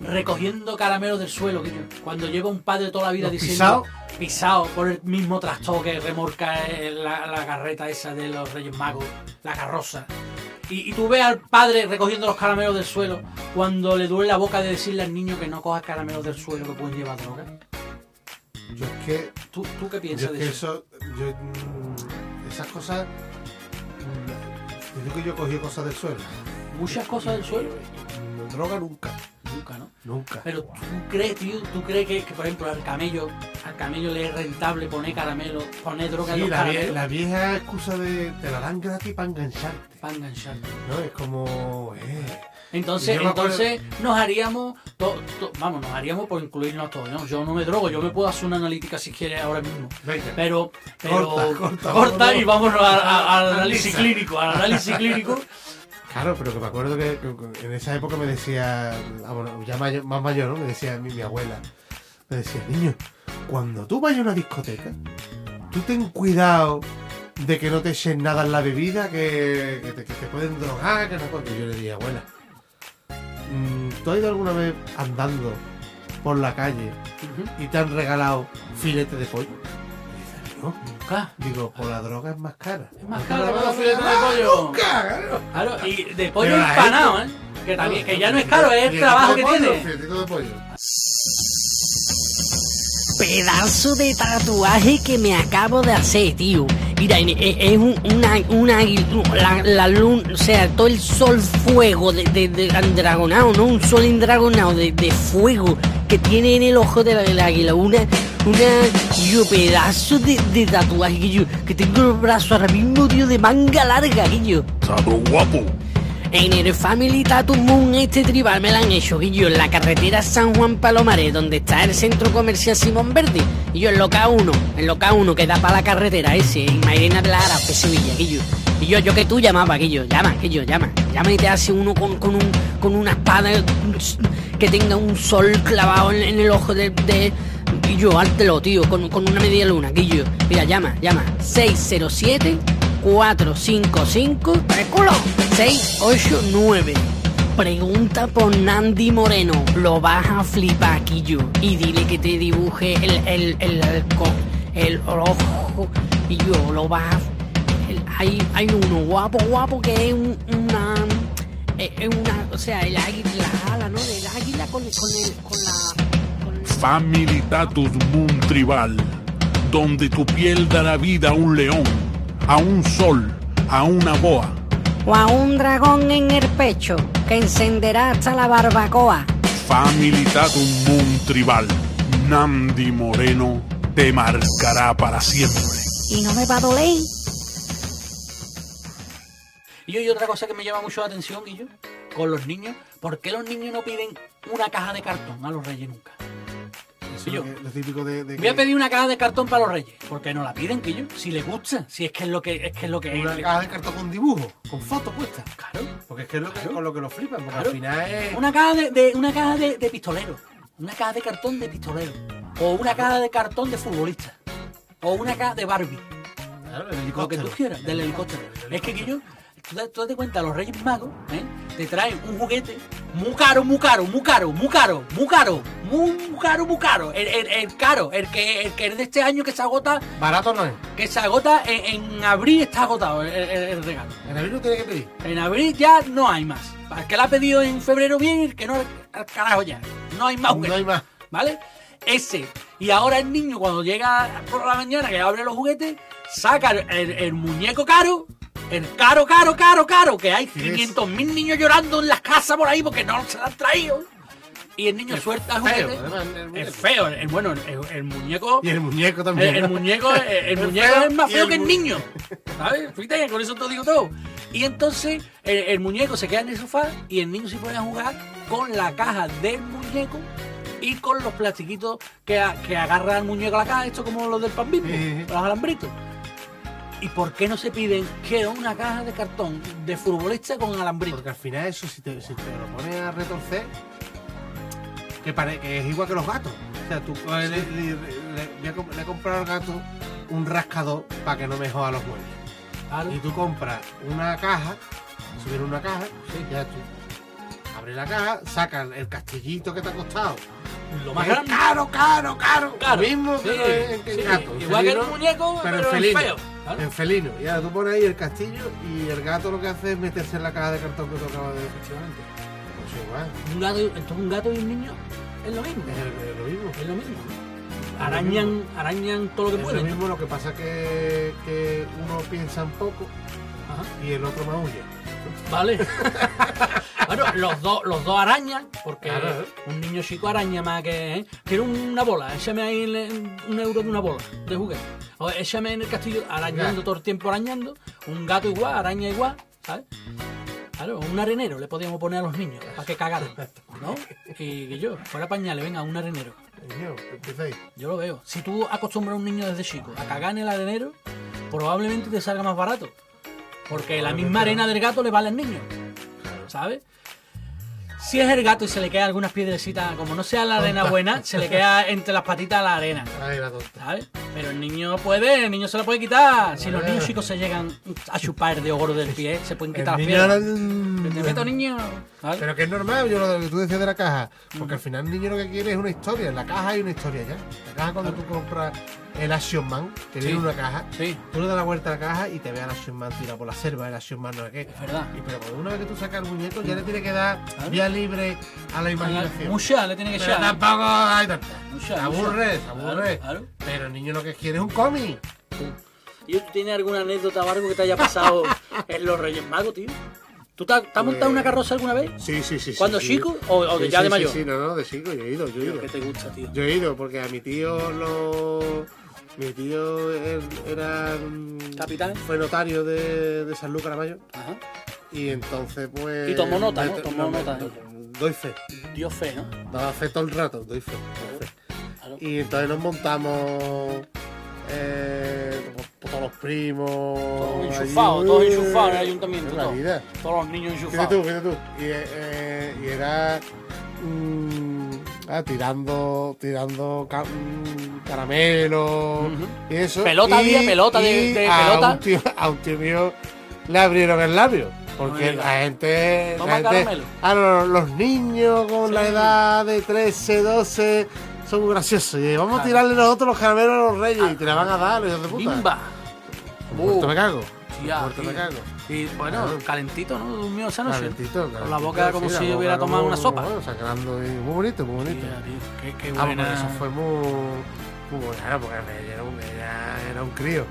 recogiendo caramelos del suelo, Guillo, cuando lleva un padre toda la vida
Los
diciendo pisado por el mismo trastó que remorca eh, la, la carreta esa de los reyes magos, la carroza. Y, y tú ves al padre recogiendo los caramelos del suelo cuando le duele la boca de decirle al niño que no coja caramelos del suelo que pueden llevar droga.
Yo es que,
¿Tú, tú qué
yo
piensas
es
de
que
eso?
eso, yo, mm, esas cosas, mm, yo creo que yo cogí cosas del suelo.
Muchas cosas del suelo.
No, droga nunca,
Nunca, ¿no?
nunca.
Pero tú crees, tío, tú crees que, que, por ejemplo, al camello, al camello le es rentable poner caramelo, poner droga en
Sí,
los
la, vie-
caramelos
la vieja excusa de te la dan gratis para engancharte.
para enganchar.
No, es como. Eh,
Entonces,
Yo me acuerdo-
entonces nos haríamos, to- to- vamos, nos haríamos por incluirnos todos. ¿no? Yo no me drogo, yo me puedo hacer una analítica si quieres ahora mismo.
venga.
Pero, pero
Corta, corta,
corta y vamos a- a- al
Analiza.
análisis clínico, al análisis
(laughs)
clínico.
Claro, pero que me acuerdo que, que- que en esa época me decía, ah, bueno, ya mayo- más mayor, ¿no? Me decía mi, mi abuela, me decía, niño, cuando tú vayas a una discoteca, tú ten cuidado de que no te echen nada en la bebida, que, que te, que te pueden drogar, que no porque yo le dije, abuela, mm, ¿tú has ido alguna vez andando por la calle
Ujú.
y te han regalado filete de pollo? Y dice, no.
Nunca.
Digo, pues la droga es más cara.
Es más
Ah,
caro
¿No te la
que
van a
los filetes de
regalar?
pollo.
¡Nunca! claro!
Claro, y de pollo
Pero la
empanado, ¿eh? Que, también, que ya no es caro, es el
Filetito
trabajo
de
que
pollo,
tiene.
filetito de pollo.
Pedazo de tatuaje que me acabo de hacer, tío. Mira, e- e- es un, una, una aguil- la, la luna, o sea, todo el sol fuego de, de, de andragonado, ¿no? Un sol endragonado de, de fuego que tiene en el ojo de la, del águila. Una, una, yo, pedazo de, de tatuaje que yo, que tengo en el brazo ahora mismo, tío, de manga larga, que yo. En el Family Tattoo Moon este tribal me lo han hecho y yo en la carretera San Juan Palomares, donde está el centro comercial Simón Verde, y yo en loca 1, en loca 1 que da para la carretera ese, en Mairena de la Arafe, Sevilla, Guillo. Y yo, yo que tú llamabas, Guillo, llama, Guillo, llama, llama y te hace uno con, con, un, con una espada que tenga un sol clavado en, en el ojo de, de- y yo, hártelo, tío, con, con una media luna, Guillo. Mira, llama, llama, 607 455 culo 689 Pregunta por Nandi Moreno. Lo vas a flipar, Quillo. Y dile que te dibuje el, el, el, el, co- el ojo. Y yo lo vas a. el- hay, hay uno guapo, guapo que es un- una. Es es una. O sea, el águila, la ala, ¿no? Del águila con, con, el, con la. Con
Family Tatus Moon Tribal, donde tu piel dará vida a un león, a un sol, a una boa.
O a un dragón en el pecho que encenderá hasta la barbacoa.
Family Tatum Moon Tribal, Nandi Moreno te marcará para siempre.
Y no me va a doler.
Y hay otra cosa que me llama mucho la atención, Guillo, con los niños, ¿por qué los niños no piden una caja de cartón a los reyes nunca?
Eso
Yo.
es lo típico de, de
Voy a
que-
pedir una caja de cartón para los reyes. ¿Por qué no la piden, Guillo? Si les gusta, si es que es lo que es, que es lo que
una
es.
caja de cartón con dibujo, con fotos puestas.
Claro.
Porque es que es lo que,
Claro.
con lo que lo flipan, porque
Claro.
al final es.
Una caja de, de- una caja de, de pistolero. Una caja de cartón de pistolero. O una caja de cartón de futbolista. O una caja de Barbie. Lo que
Claro, el
tú
helicóptero.
quieras, del helicóptero. Es que Guillo, tú, da- tú date cuenta, los Reyes Magos, ¿eh? te traen un juguete muy caro, muy caro, muy caro, muy caro, muy caro, muy caro, muy caro. El, el- el caro, el que, el que es de este año que se agota,
Barato no es.
que se agota en, en abril está agotado el, el- el regalo.
En abril lo tiene que pedir.
En abril ya no hay más. Para el que la ha pedido en febrero bien, el que no, al carajo ya. No hay más juguetes.
No hay más.
¿vale? Ese. Y ahora el niño, cuando llega por la mañana, que abre los juguetes, saca el, el- el muñeco caro, el caro, caro, caro, caro, que hay
Sí,
500.000 niños llorando en las casas por ahí porque no se lo han traído. Y el niño suelta el
feo,
juguete.
además, el muñeco.
el feo, el, bueno, el, el muñeco.
Y el muñeco también.
El, el muñeco, el, el
El
muñeco
feo
es más
y
feo
el
que el
mu-
niño. ¿Sabes? Fíjate, con eso te digo todo. Y entonces el, el muñeco se queda en el sofá y el niño se pone a jugar con la caja del muñeco y con los plastiquitos que, a- que agarra el muñeco a la caja, esto como los del pan bimbo,
Sí, sí, sí.
los alambritos. ¿Y por qué no se piden que una caja de cartón de futbolista con alambrito?
Porque al final eso, si te, si te lo pones a retorcer, que, pare- que es igual que los gatos. O sea, tú le, le- le- le- voy a comp- le he comprado al gato un rascador para que no me joda los muebles.
Claro.
Y tú compras una caja, subir una caja, ya tú abres la caja, sacas el castillito que te ha costado.
Lo más
Que es
grande.
Caro, caro, caro.
Claro,
Lo mismo
sí,
que en- en
sí.
gato. en
Igual que el
felino,
muñeco, pero,
en
en
felino.
feo. Claro.
En felino. Y ahora tú pones ahí el castillo y el gato lo que hace es meterse en la caja de cartón que tú acabas de
Efectivamente.
Pues igual,
Un gato, y- entonces un gato y un niño es lo mismo.
es, el- es lo mismo.
Es lo mismo.
lo
Arañan,
mismo.
arañan todo lo que
Es lo
pueden.
mismo, lo que pasa que, que uno piensa un poco
Ajá.
y el otro maulla.
Vale. (laughs) bueno, los dos, los dos arañan, porque
Claro.
un niño chico araña más que. ¿eh? Quiero una bola, échame ahí le- un euro de una bola de juguete. O échame en el castillo arañando
Ya.
todo el tiempo arañando. Un gato igual, araña igual, ¿sabes? Claro, un arenero le podíamos poner a los niños para que cagaran.
(laughs)
¿No? Y que yo, fuera pañales, venga, un arenero.
Niño, empieza ahí.
Yo lo veo. Si tú acostumbras a un niño desde chico a cagar en el arenero, probablemente te salga más barato. Porque la misma arena del gato le vale al niño. ¿Sabes? Si es el gato y se le quedan algunas piedrecitas, como no sea la arena buena, se le queda entre las patitas la arena.
Ahí la tonta.
¿Sabes? Pero el niño puede, el niño se la puede quitar. Si los
Bueno.
niños chicos se llegan a chupar de ogro del pie, se pueden quitar
El
las
niño
piedras.
ahora- mm,
Te meto, niño. ¿Sabes?
Pero que es normal, yo lo que tú decías de la caja, porque al final el niño lo que quiere es una historia, en la caja hay una historia ya. La caja cuando tú compras el Action Man, que
Sí.
viene en una caja,
Sí,
tú le das la vuelta a la caja y te ve al Action Man tirado por la selva, el Action Man no sé qué.
es verdad.
Y pero cuando una vez que tú sacas el muñeco ya le tienes que dar vía libre a la imaginación.
Mucha, le tiene que
Pero
echar. ¿eh?
tampoco hay tanta.
Mucha,
Te
mucha.
aburres, te
Claro,
aburres.
claro.
Pero el niño lo que quiere es un cómic.
¿Y tú tienes alguna anécdota o algo que te haya (laughs) pasado en los Reyes Magos, tío? ¿Tú te has, te has montado una carroza alguna vez?
Sí, sí, sí.
¿Cuándo chico o, o de ya de mayor?
no, no, de chico, yo he ido, yo he
Tío, ¿Qué te gusta, tío?
Yo he ido porque a mi tío lo. Mi tío él era. mm,
Capitán.
Fue notario de, de San Lucas Aramayo.
Ajá.
Y entonces, pues.
Y tomó nota,
me-
¿no? Tomó
me-
nota,
do-
¿eh?
Doy fe.
Dios fe, ¿no?
Daba fe todo el rato, doy fe. doy fe.
Claro.
Y entonces nos montamos. Eh, pues, todos los primos.
Todos
allí,
enchufados, todos
eh,
enchufados en el ayuntamiento,
en La
todos.
vida.
Todos los niños
Fíjate tú,
enchufados.
fíjate tú. Y, eh, y era. mm, ah, tirando. Tirando ca- mm, caramelo. Y eso.
Pelota
y-
había, pelota de-
y
de
a
pelota.
Un tío, a un tío mío le abrieron el labio.
No me
Porque
digas.
la gente.
Toma
la gente
caramelo.
ah, no, no, los niños con la
Sí.
edad de 13, 12. Son muy graciosos. Y vamos a tirarle nosotros los caramelos a los reyes. Y te la van a dar, los hijos de puta.
¡Bimba!
Muerto me cago.
Tía,
Muerto me
tío.
cago.
Y bueno,
Claro.
calentito, ¿no? Durmió esa noche.
Calentito,
Con la
calentito,
boca como
sí,
si
la
hubiera
boca
tomado
como-
una sopa.
bueno, sacando y muy bonito, muy bonito.
Tía, tío, qué, qué
Ah, porque
buena.
eso fue muy, muy bueno, claro, porque era un, era, era un crío.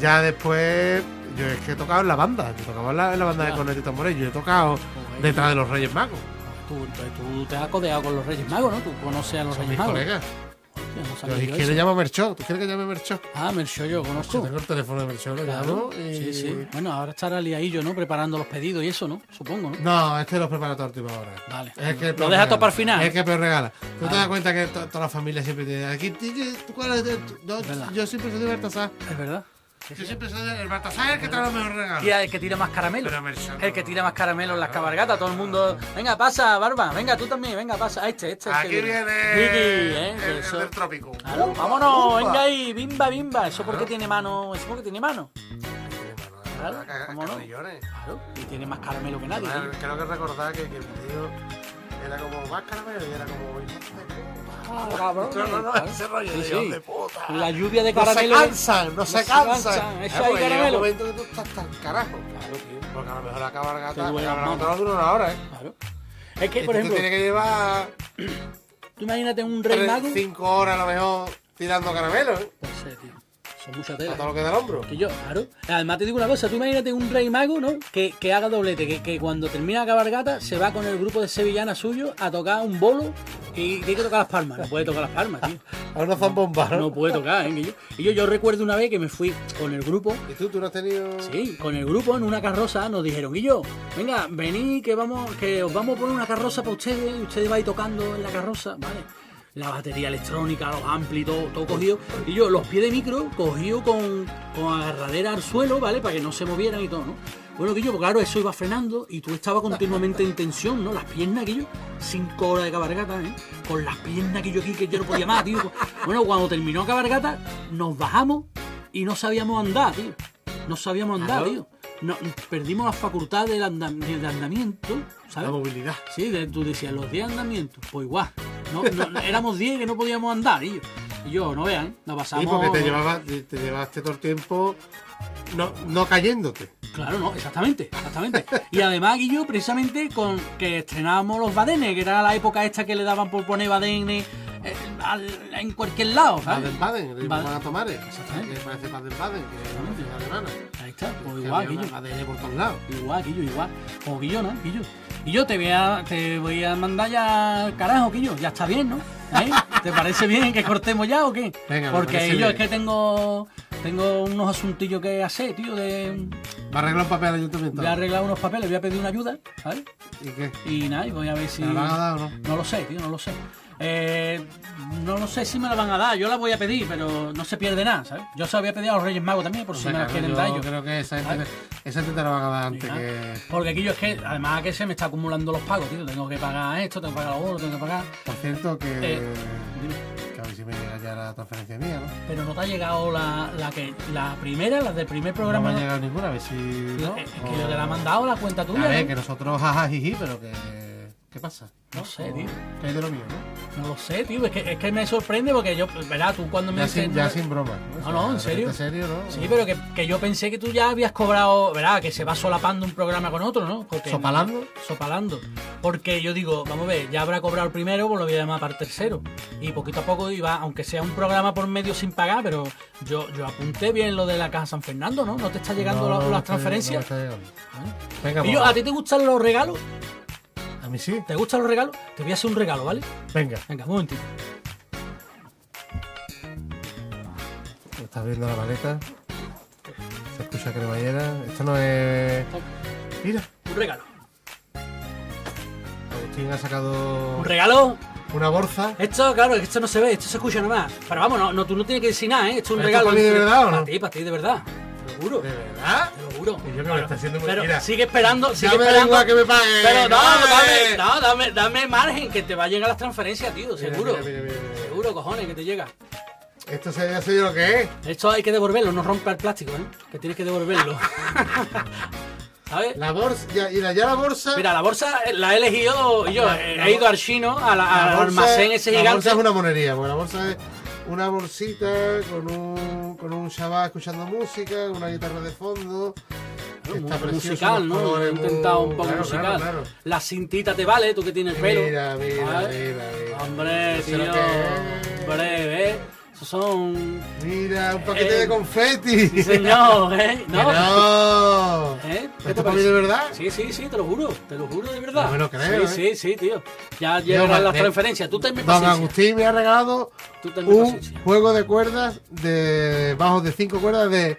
Ya después, yo es que he tocado en la banda, yo tocaba en la, en la banda de
Ya.
Cornet y Tambores, yo he tocado
Joder.
detrás de los Reyes Magos,
Tú, tú te has codeado con los Reyes Magos, ¿no? Tú conoces a los
son
Reyes
mis
Magos.
colegas.
Hostia, no
Yo,
sabía
si
yo
quieres,
eso.
llamo a Merchó, ¿tú quieres que llame a Merchó?
Ah, Melchor, yo
Yo
conozco.
tengo el teléfono de Merchó, lo llamo
Claro,
y...
sí, sí. Bueno, ahora estará liadillo, ¿no? Preparando los pedidos y eso, ¿no? Supongo, ¿no?
No, este los prepara todo a última hora.
Vale.
Es el que
Lo deja todo
peor regala.
para el final.
Es el que peor regala. ¿Tú te
Vale.
das cuenta que to- toda la familia siempre te dice, aquí, ti- que- ¿tú cuál es? el- tú- no,
verdad.
yo siempre soy de Baltasar.
Es verdad.
Yo siempre soy de... El Baltasar es el que trae los mejores regalos.
Tira el que tira más caramelo.
Ah. Pero Merchel
El que tira más caramelo en las cabargatas, todo el mundo. Venga, pasa, Barba. Venga, tú también. Venga, pasa. Ah, Este, este. el que
Aquí viene
Vicky, ¿eh?
el,
Que
el
eso-
del trópico.
Claro, vámonos, venga ahí, bimba, bimba. Eso porque tiene mano, eso porque tiene mano.
Tiene mano,
Claro,
a ca- a
cómo no.
camellones.
Claro, y tiene más caramelo que nadie.
Además,
¿eh?
Creo que recordar que, que mi tío era como más caramelo y era como hijo de puta.
Ah, cabrón,
No, no, no,
claro.
ese rollo
Sí,
de
sí.
hijo de puta.
La lluvia de
No se
caramelo.
cansan, no se cansan.
cansan, eso
Eh,
hay
porque Llega un
caramelo.
momento que tú estás tan carajo. Claro, tío. Porque a lo mejor la
Te
cabalgata,
duele
la
las
cabalgata
manos.
dura una hora, ¿eh?
Claro. Es
Y
que,
tú
por
te
ejemplo,
tienes que llevar
tú imagínate un rey
tres-
mago.
cinco horas a lo mejor tirando caramelo, ¿eh?
No sé, tío. Son muchas
A
telas.
todo lo que da el hombro.
Que yo, claro. Además te digo una cosa, tú imagínate un rey mago, ¿no? Que, que haga doblete, que, que cuando termina la cabargata se va con el grupo de sevillanas suyo a tocar un bolo y tiene que tocar las palmas. No puede tocar las palmas, tío.
A una zambomba,
No puede tocar, ¿eh? Que yo- y yo, yo recuerdo una vez que me fui con el grupo
¿Y tú, tú no has tenido...?
Sí, con el grupo en una carroza nos dijeron, y yo, venga, venid que vamos, que os vamos a poner una carroza para ustedes, y ustedes vais tocando en la carroza, vale. La batería electrónica, los amplis, todo, todo cogido. Y yo, los pies de micro, cogido con, con agarradera al suelo, ¿vale? Para que no se movieran y todo, ¿no? Bueno, que yo, claro, eso iba frenando y tú estabas continuamente en tensión, ¿no? Las piernas, que yo, cinco horas de cabargata, ¿eh? Con las piernas que yo aquí, que yo no podía más, tío. Bueno, cuando terminó cabargata, nos bajamos y no sabíamos andar, tío. No sabíamos andar,
Claro.
tío. No, perdimos la facultad del andam- de andamiento,
La
¿sabes?
movilidad.
Sí, de- tú decías los 10 andamientos, pues igual. No, no- (laughs) no, éramos 10 que no podíamos andar, y yo, y yo, no vean, nos
Sí,
pasamos.
porque te, llevaba, te llevaste todo el tiempo no, no cayéndote.
Claro, no, exactamente, exactamente. Y además, Guillo, precisamente con que estrenábamos los badenes, que era la época esta que le daban por poner badenes eh, al- en cualquier lado, ¿sabes?
Baden Baden,
Baden-
van a tomar. Que
Ah. Exactamente.
parece Baden Baden, que es una ciudad alemana.
Ahí está, pues
Que
igual,
había
Guillo.
una Baden por todos lados.
Igual, Guillo, igual. O Guillo, ¿no? Guillo. Y yo te voy a, te voy a mandar ya al carajo, Guillo. Ya está bien, ¿no? ¿Eh? ¿Te parece bien que cortemos ya o qué?
Venga, me
Porque
parece
yo es
bien.
que tengo, tengo unos asuntillos que hacer, tío, de,
Va a arreglar un papel al ayuntamiento.
voy a arreglar unos papeles, voy a pedir una ayuda, ¿sabes?
¿Y qué?
Y nada, y voy a ver si...
¿Te la van a dar o no?
No lo sé, tío, no lo sé. Eh, no lo sé si me la van a dar, yo la voy a pedir, pero no se pierde nada, ¿sabes? Yo se la voy a pedir a los Reyes Magos también, por si me la
Venga,
quieren
yo
dar ellos.
creo que esa gente, esa gente te la van a dar antes
Ya.
que.
Porque aquí yo es que, además que se me está acumulando los pagos, tío. Tengo que pagar esto, tengo que pagar lo otro, tengo que pagar.
Por cierto, que.
Eh, dime.
Que a ver si me llega ya la transferencia mía, ¿no?
Pero no te ha llegado la, la que la primera, la del primer
No me
programa.
ha llegado ninguna, a ver si. ¿no?
Eh, eh,
O-
que yo te la he mandado la cuenta tuya. ¿eh?
A ver,
¿no?
que nosotros (laughs) jajajiji, pero que. ¿Qué pasa?
No sé, tío.
Que es de lo mío, ¿no?
No lo sé, tío. Es que, es que me sorprende porque yo, verás, tú cuando me
Ya,
dices,
sin, ya
no-
sin broma.
No, no, en
De
serio.
repente serio, ¿no?
Sí, pero que, que yo pensé que tú ya habías cobrado, verás, que se va solapando un programa con otro, ¿no? Porque-
¿Sopalando?
sopalando. Porque yo digo, vamos a ver, ya habrá cobrado el primero, pues lo voy a llamar para el tercero. Y poquito a poco iba, aunque sea un programa por medio sin pagar, pero yo, yo apunté bien lo de la Caja San Fernando, ¿no? ¿No te está llegando la-
No, no
las
está
transferencias? Ah.
llegando, no está llegando. Venga,
y yo, ¿a ti te gustan los regalos?
a mí sí.
¿Te gustan los regalos? Te voy a hacer un regalo, ¿vale?
Venga.
Venga, un momentito.
Está abriendo la maleta. Se escucha cremallera. Esto no es. Mira,
Un regalo.
Agustín ha sacado
¿Un ¿Eh? regalo?
una bolsa.
Esto, claro, es que esto no se ve, esto se escucha nomás. Pero vamos, no, no, tú no tienes que decir nada, ¿eh? Esto es un
¿Esto
regalo.
para mí de verdad o no?
Para ti, para ti, de verdad. Te lo juro.
¿De verdad?
Te lo juro.
Y yo que me
Bueno,
está haciendo muy-
pero
mira.
sigue esperando, sigue
Ya me da
esperando.
igual que me pague.
Pero no, dame,
¡Dame!
no, dame, dame margen, que te va a llegar las transferencias, tío,
eh. Mira,
seguro.
mira, mira, mira, mira.
Seguro, cojones, que te llega.
Esto se ha sido lo que es.
Esto hay que devolverlo, no rompa el plástico, ¿eh? Que tienes que
(laughs)
devolverlo. ¿Sabes?
La bolsa. Ya, mira, ya la bolsa.
Mira, la bolsa eh, la he elegido yo.
La-
eh,
la
he ido al chino, a la- al
bolsa-
almacén ese
la
gigante.
bolsa es una monería, porque la bolsa es una bolsita con un, con un chaval escuchando música, una guitarra de fondo. Está
Mu-
precioso,
musical,
unos
¿no? He
colores muy-
intentado un poco
Claro,
musical.
claro, claro.
La cintita te vale, tú que tienes pelo.
Mira, mira,
¿Sabes?
mira, mira.
Hombre,
Eso es
tío.
lo que es.
Hombre, ¿eh? Esos son.
Mira, un paquete
Eh,
de confeti.
Sí, señor, ¿eh?
(laughs) Que no.
(laughs) ¿Eh? ¿Qué te
¿Esto para mí
parece?
de verdad?
Sí, sí, sí, te lo juro, te lo juro de verdad.
No me lo creo,
Sí,
¿eh?
sí, sí, tío. Ya
Yo,
llegarán las
de-
transferencias. Tú tenme
Don
paciencia.
Agustín me ha regalado
Tú tenme
un
paciencia.
juego de cuerdas de bajos de cinco cuerdas de,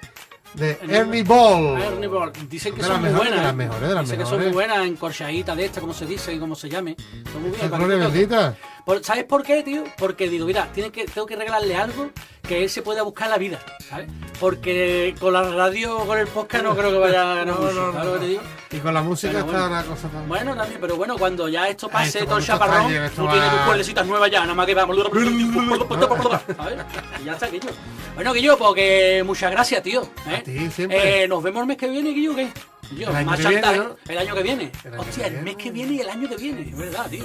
de
El-
Ernie Ball.
Ernie Ball. Dicen que
De
son
las
muy
mejores,
buenas.
de las
¿eh?
mejores, de las
Dicen que son muy
mejores.
buenas en corchadita de esta, como se dice y como se llame. Son muy
Qué
buenas.
gloria
Para que toque.
bendita.
Por- ¿Sabes por qué, tío? Porque digo, mira, tienes que, tengo que regalarle algo que él se pueda buscar la vida, ¿sabes? Porque con la radio o con el podcast no creo que vaya a ganar
No,
mucho,
no,
¿sabes
no.
lo que te digo?
Y con la música
Pero
está
bueno.
una cosa tan.
Bueno, también, pero bueno, cuando ya esto pase
Ah, esto
todo el
cuando esto
chaparrón,
falle, esto
tú tienes
va-
tus cuerdecitas nuevas ya, nada más que va. ¿Sabes? Y ya está, Guillo. Bueno, Guillo, porque muchas gracias, tío. ¿eh?
A ti, siempre.
Eh, nos vemos el mes que viene, Guillo, ¿qué? Guillo,
El año
más
que viene,
chantaje.
¿no?
El año que viene.
El año
Hostia,
que
el
viene.
mes que viene y el año que viene, es verdad, tío.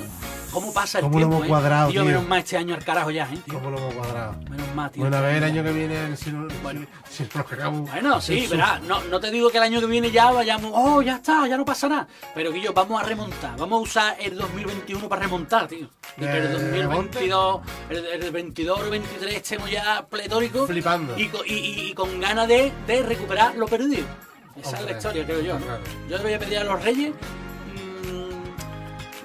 ¿Cómo pasa el
¿Cómo lo
tiempo?
hemos
eh?
cuadrado,
Tío,
tío?
menos mal este año al carajo ya, ¿eh? tío?
¿Cómo lo hemos cuadrado?
Menos mal, tío.
Bueno, a ver, el año que viene, si no,
Bueno.
bueno. si, si nos cagamos.
Bueno, sí,
el sur-
verás, no, no te digo que el año que viene ya vayamos, oh, ya está, ya no pasa nada. Pero Guillo, vamos a remontar, vamos a usar el 2021 para remontar, tío. Y que el
Eh,
2022, el, el 22 o el 23 estemos ya pletóricos.
Flipando.
Y, co- y- y- y con ganas de, de recuperar lo perdido. Esa es
Hombre,
la historia, creo yo. ¿no?
claro.
Yo le voy a pedir a los reyes,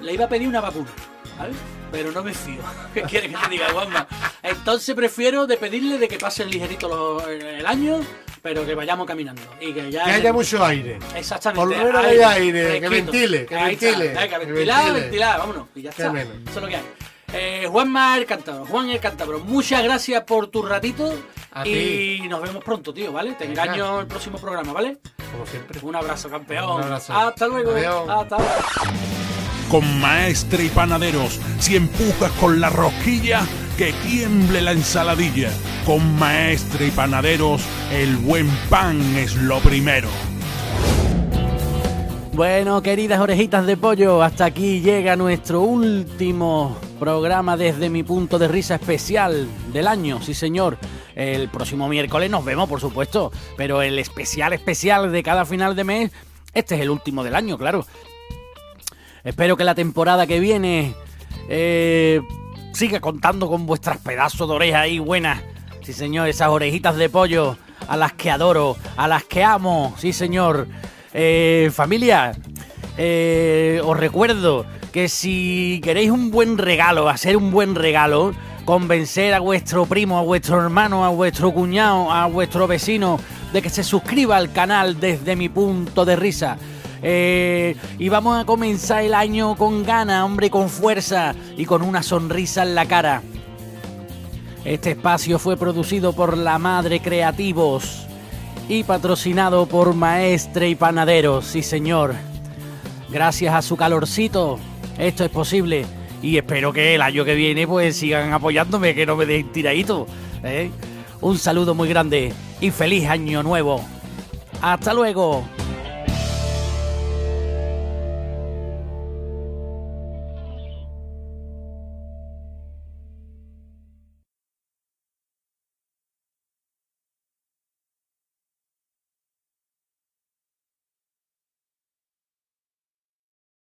mm, le iba a pedir una vacuna, ¿sabes? Pero no me fío. (laughs) ¿Qué quieres que te diga, Juanma? Entonces prefiero de pedirle de que pasen ligerito los- el año, pero que vayamos caminando. Y que ya...
Que haya mucho aire.
Exactamente.
Por lo menos que haya aire, que ventile, que
Ahí está.
ventile,
Venga,
que
ventilar,
ventile.
ventilar, vámonos. Y ya
Qué
está.
menos.
Eso es lo que hay. Eh, Juanma el Cántabro, Juan el Cántabro, muchas gracias por tu ratito
A
y nos vemos pronto, tío, ¿vale? Te
Venga.
engaño en el próximo programa,
(laughs)
¿vale?
Como siempre.
Un abrazo, campeón.
Un abrazo.
Hasta luego.
Adiós.
Hasta luego.
Con maestre y panaderos, si empujas con la rosquilla, que tiemble la ensaladilla. Con maestre y panaderos, el buen pan es lo primero.
Bueno, queridas orejitas de pollo, hasta aquí llega nuestro último programa desde mi punto de risa especial del año, sí señor. El próximo miércoles nos vemos, por supuesto, pero el especial especial de cada final de mes, este es el último del año, claro. Espero que la temporada que viene eh, siga contando con vuestras pedazos de orejas ahí buenas. Sí, señor, esas orejitas de pollo a las que adoro, a las que amo. Sí, señor. Eh, familia, eh, os recuerdo que si queréis un buen regalo, hacer un buen regalo, convencer a vuestro primo, a vuestro hermano, a vuestro cuñado, a vuestro vecino de que se suscriba al canal desde mi punto de risa. Eh, y vamos a comenzar el año con gana, hombre, con fuerza y con una sonrisa en la cara. Este espacio fue producido por La Madre Creativos y patrocinado por Maestre y Panaderos, sí señor. Gracias a su calorcito, esto es posible. Y espero que el año que viene pues sigan apoyándome, que no me den tiradito. ¿eh? Un saludo muy grande y feliz año nuevo. Hasta luego.